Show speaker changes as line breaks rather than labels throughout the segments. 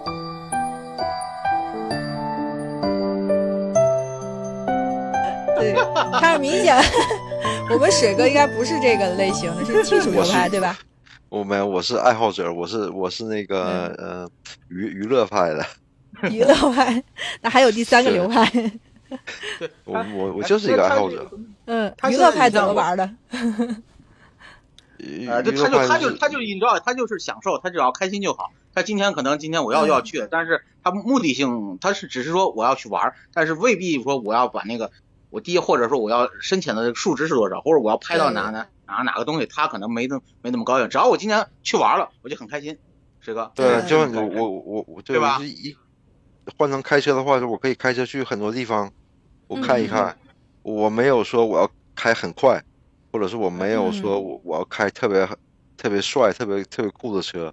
对对，他是明显，我们水哥应该不是这个类型的，是技术流派对吧？
我没有，我是爱好者，我是我是那个
嗯
呃娱娱乐派的，
娱乐派，那还有第三个流派，
对，
我
他
我我
哎
就是一个
那
爱
他
好
这
者。
嗯，
他
娱
现
乐
在
派
你
怎
像
么
我
玩的？
娱
呃，对，
娱
他
乐
就
派
他就他就你知道，他就是享受，他只要开心就好。他今天可能今天
嗯
我要要去，但是他目的性他是只是说我要去玩儿，但是未必说我要把那个我第一或者说我要深浅的这个数值是多少，或者我要拍到哪哪哪哪个东西，他可能没那没那么高兴。只要我今天去玩了，我就很开心，水哥。
对，
嗯
就
嗯
是我我我我对
对吧
我是一换成开车的话，我可以开车去很多地方，我
嗯
看一看。我没有说我要开很快，或者是我没有说
嗯
我我要开特别特别帅、特别特别酷的车。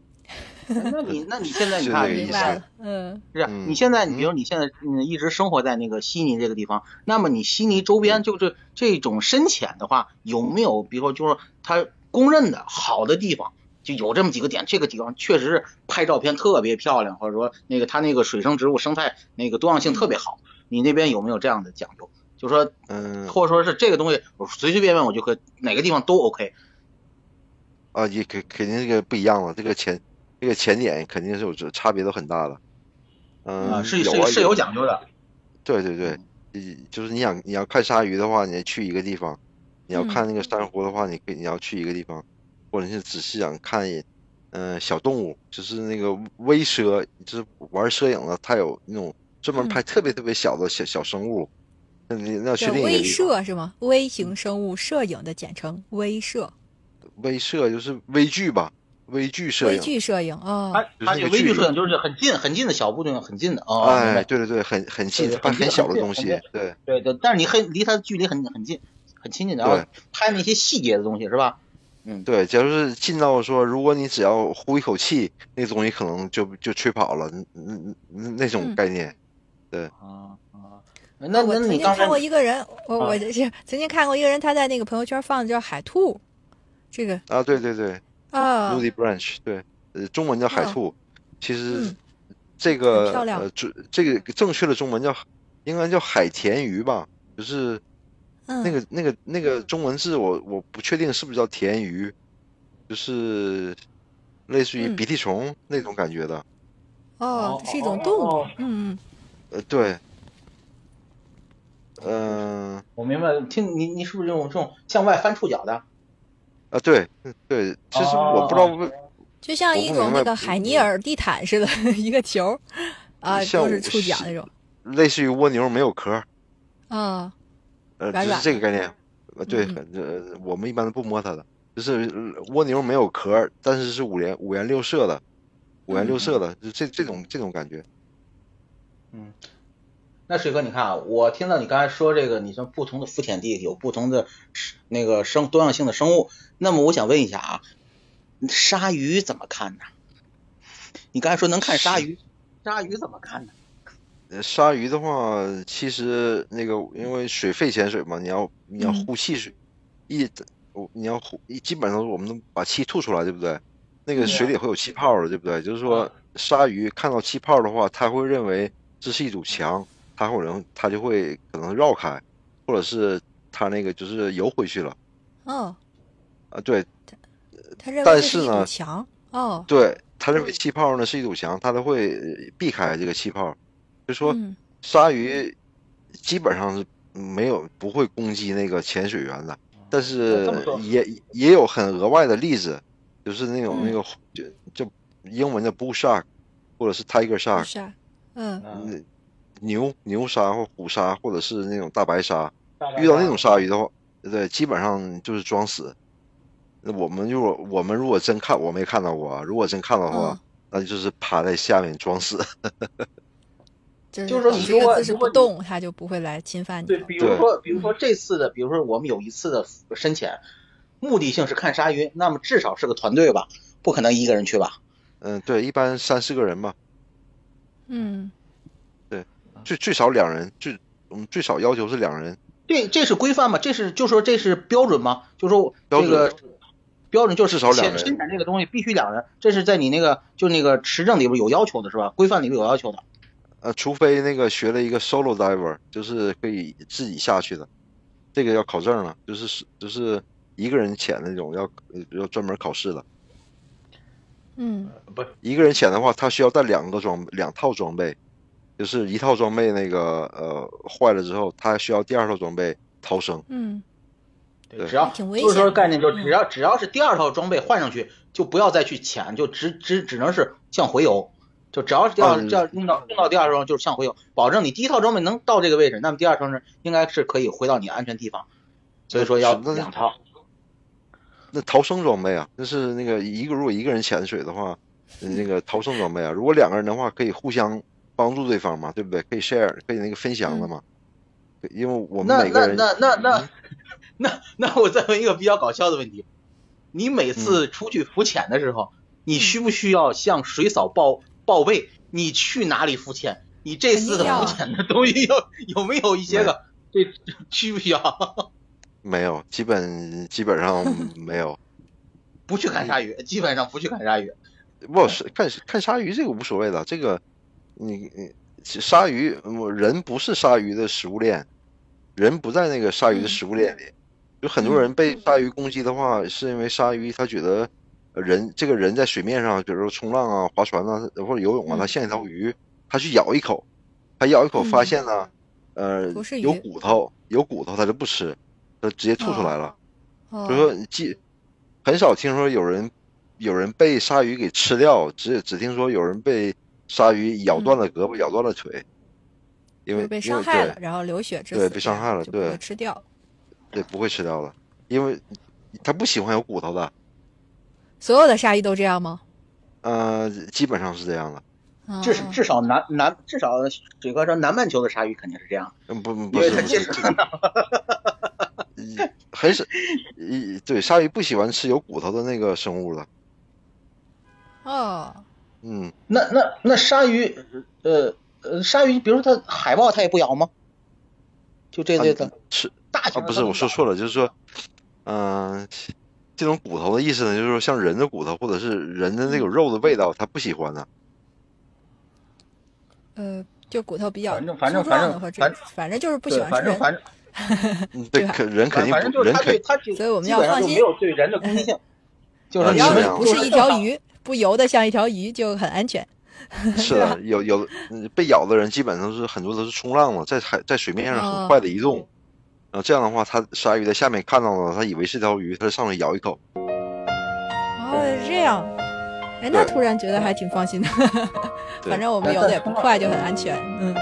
那你那你现在你
是
看
这个
你
明
意
看
思
白了，嗯，
是啊
嗯
你现在，你比如你现在嗯一直生活在那个悉尼这个地方，那么你悉尼周
嗯
边就这这种深浅的话，有没有比如说就是它公认的好的地方，就有这么几个点，这个地方确实是拍照片特别漂亮，或者说那个它那个水生植物生态那个多样性特别好，你那边有没有这样的讲究？就说
嗯
或者说是这个东西，我随随便便我就可哪个地方都 OK，
啊，也肯肯定这个不一样了，这个前这个前点肯定是有这差别都很大了。嗯，
啊，是
有
是
啊
是有讲究的，
对对
嗯
对，一就是你想你要看鲨鱼的话，你得去一个地方；你要
嗯
看那个珊瑚的话，你可以你要去一个地方，或者是只是想看一，嗯、小动物，就是那个微摄，就是玩摄影的，它有那种专门
嗯
拍特别特别小的小小生物，那你那要去
叫
另一个
微
地方。
摄是吗？微型生物摄影的简称，微摄，
微摄就是微距吧，微距摄
微
影。
距摄影哦，
它它
嗯就是那个
这微
距
距
离
摄影就是很近很近的小步就很近的哦，明白
哎，对对对，很很近，
对
它拍
很近
很小的
很近
东
很
西
近，
对
对对，但是你很离它的距离很很近，很亲近，然后
对
拍那些细节的东西是吧？
对，假如是近到说，如果你只要呼一口气，那东西可能就就吹跑了，嗯嗯嗯那种
嗯
概念。
啊啊，那
我
那
曾
你
经
刚才
看过一个人，我
啊
我就是曾经看过一个人，他在那个朋友圈放的叫海兔，这个
啊，对对对
啊，
，Moody Branch，对，呃，中文叫海
哦
兔，其实
嗯
这个
很漂亮
呃，准这个正确的中文叫应该叫海田鱼吧，就是那
嗯，
个那个那个中文字我我不确定是不是叫田鱼，就是类似于
嗯
鼻涕虫那种感觉的，
哦，它是一种动物，
哦
嗯嗯，
呃，对，嗯、
我明白了，听你你是不是用这种向外翻触角的？
啊，对嗯对，其实我不知道
哦
为
就像一种那个海尼尔地毯似的， 一个球儿啊，
像
都
我
是触角
是
那种
类似于蜗牛没有壳儿，
啊，
呃，
软
就
软
是这个概念。呃，对，
嗯
反正呃我们一般都不摸它的，就是呃蜗牛没有壳儿，但是是五颜五颜六色的，五颜
嗯
六色的，就这这种这种感觉。
那水哥，你看啊，我听到你刚才说这个，你说不同的浮潜地有不同的生那个生多样性的生物，那么我想问一下啊，鲨鱼怎么看呢？你刚才说能看鲨鱼，鲨鱼怎么看呢？
呃，鲨鱼的话，其实那个因为水肺潜水嘛，你要你要
嗯
呼气水，一我你要呼，一基本上我们能把气吐出来，对不对？那个
对
水
啊
里会有气泡的，对不对？就是说
啊，
鲨鱼看到气泡的话，它会认为这是一堵墙，它可能它就会可能绕开，或者是它那个就是游回去了
哦，
啊。对
他认为
但
这
是
一
呢
堵墙，哦，
对，它认为气泡呢是一堵墙，它都会呃避开这个气泡，就说。
嗯
鲨鱼基本上是没有不会攻击那个潜水员的，但
那
是
这么说
也也有很额外的例子，就是那种
嗯
那个就就英文的 bull shark 或者是 tiger
不
shark，
是啊，嗯
嗯，
那牛牛鲨或虎鲨或者是那种大白鲨，
大概
遇到那种
吧
鲨鱼的话，对，基本上就是装死。那我们如果我们如果真看，我没看到过啊，如果真看到的话，
嗯，
那就是趴在下面装死。
就
就是是说
你
你
这
如
个
果
姿势
如
不
果你
动，它就不会来侵犯你
对，
了，
比如
对
说，比如说这次的，比如说我们有一次的深潜，目的性是看鲨鱼，那么至少是个团队吧，不可能一个人去吧？
嗯，对，一般三四个人吧。
嗯
最最少两人，最我们最少要求是两人。
这这是规范吗？这是就说这是标准吗？就说
标
这
准
个标准就是
至少两
潜
人
深潜这个东西必须两人，这是在你那个就那个持证里边有要求的是吧？规范里边有要求的。
呃，除非那个学了一个 solo diver，就是可以自己下去的。这个要考证了，就是是就是一个人潜那种要呃要专门考试了。
嗯
不是
一个人潜的话，他需要带两个装两套装备，就是一套装备那个呃坏了之后，他需要第二套装备逃生。
嗯
对，
对
只要
挺危
啊就是
险
说
的
概念就
嗯
是只要只要是第二套装备换上去，就不要再去潜，就只只只能是向回游。就只要是第二
嗯
只要用到用到第二套装备就是向回游，保证你第一套装备能到这个位置，那么第二套装备应该是可以回到你安全地方。所以说要
是那
两套，
那逃生装备啊，就是那个一个如果一个人潜水的话，呃那个逃生装备啊，如果两个人的话，可以互相帮助对方嘛，对不对？可以 share，可以那个分享了嘛。对因为我们
那
每个
那
人
那那那 那那我再问一个比较搞笑的问题：你每次出去浮潜的时候，
嗯
你需不需要向水嫂报报备你去哪里浮潜？你这次的
肯定要
浮
啊
潜的东西 要有没有一些个这 需不需要？
没有，基本基本上没有。
不去看鲨鱼，基本上不去看鲨鱼。
不
嗯
是看看鲨鱼这个无所谓的，这个你你其鲨鱼嗯人不是鲨鱼的食物链，人不在那个鲨鱼的
嗯
食物链里。有很多人被鲨鱼攻击的话，是因为鲨鱼他觉得呃人这个人在水面上，比如说冲浪啊、划船呐、或者游泳啊，
嗯
他像一条鱼，他去咬一口，他咬一口发
嗯
现呢，
不是
呃有
鱼
骨头，有骨头他就不吃，他直接吐出
哦
来了。
哦
就，说你记，很少听说有人有人被鲨鱼给吃掉，只只听说有人被鲨鱼咬断了胳膊、咬断了腿，
嗯就
因为
是被
因为
伤害了，然后流血致死
对
这样，
被伤害了
就不会
对
吃掉。
对对不会吃掉的，因为它不喜欢有骨头的，
所有的鲨鱼都这样吗？
呃，基本上是这样的，
啊
至至少南南至少水哥说南半球的鲨鱼肯定是这样，
嗯，不不
因
不
为
是
它
不
接
是
触
这个，嗯很少，一对鲨鱼不喜欢吃有骨头的那个生物的，
哦，
嗯，
那那那鲨鱼，呃呃，鲨鱼，比如说它海豹，它也不咬吗？就这类的
啊吃
大
啊，
型的它不咬、
不是，我说错了，就是说，嗯、这种骨头的意思呢，就是说像人的骨头或者是人的
嗯
那种肉的味道，他不喜欢的。
呃，就骨头比较
反正反正
粗壮
反
的
正
或者
反
反正就是不喜
对
欢吃
反正
人。
反正
嗯，对，
对吧
可人肯
反
定
反正
不，
就是
人
它对
肯
它就
所以我们
基
要
本上
放
就
心
没有对人的攻 击性，就是
啊
只
你
要
们
你
这样
不是一条鱼，不游的像一条鱼就很安全。
是的，有有嗯被咬的人基本上是很多都是冲浪嘛，在海在水面上很
哦
快的移动。然后这样的话，它鲨鱼在下面看到了，它以为是条鱼，它就上来咬一口。
哦，这样，哎，那
对
突然觉得还挺放心的。
对哎
反正我们游的也不快，就很安全。嗯，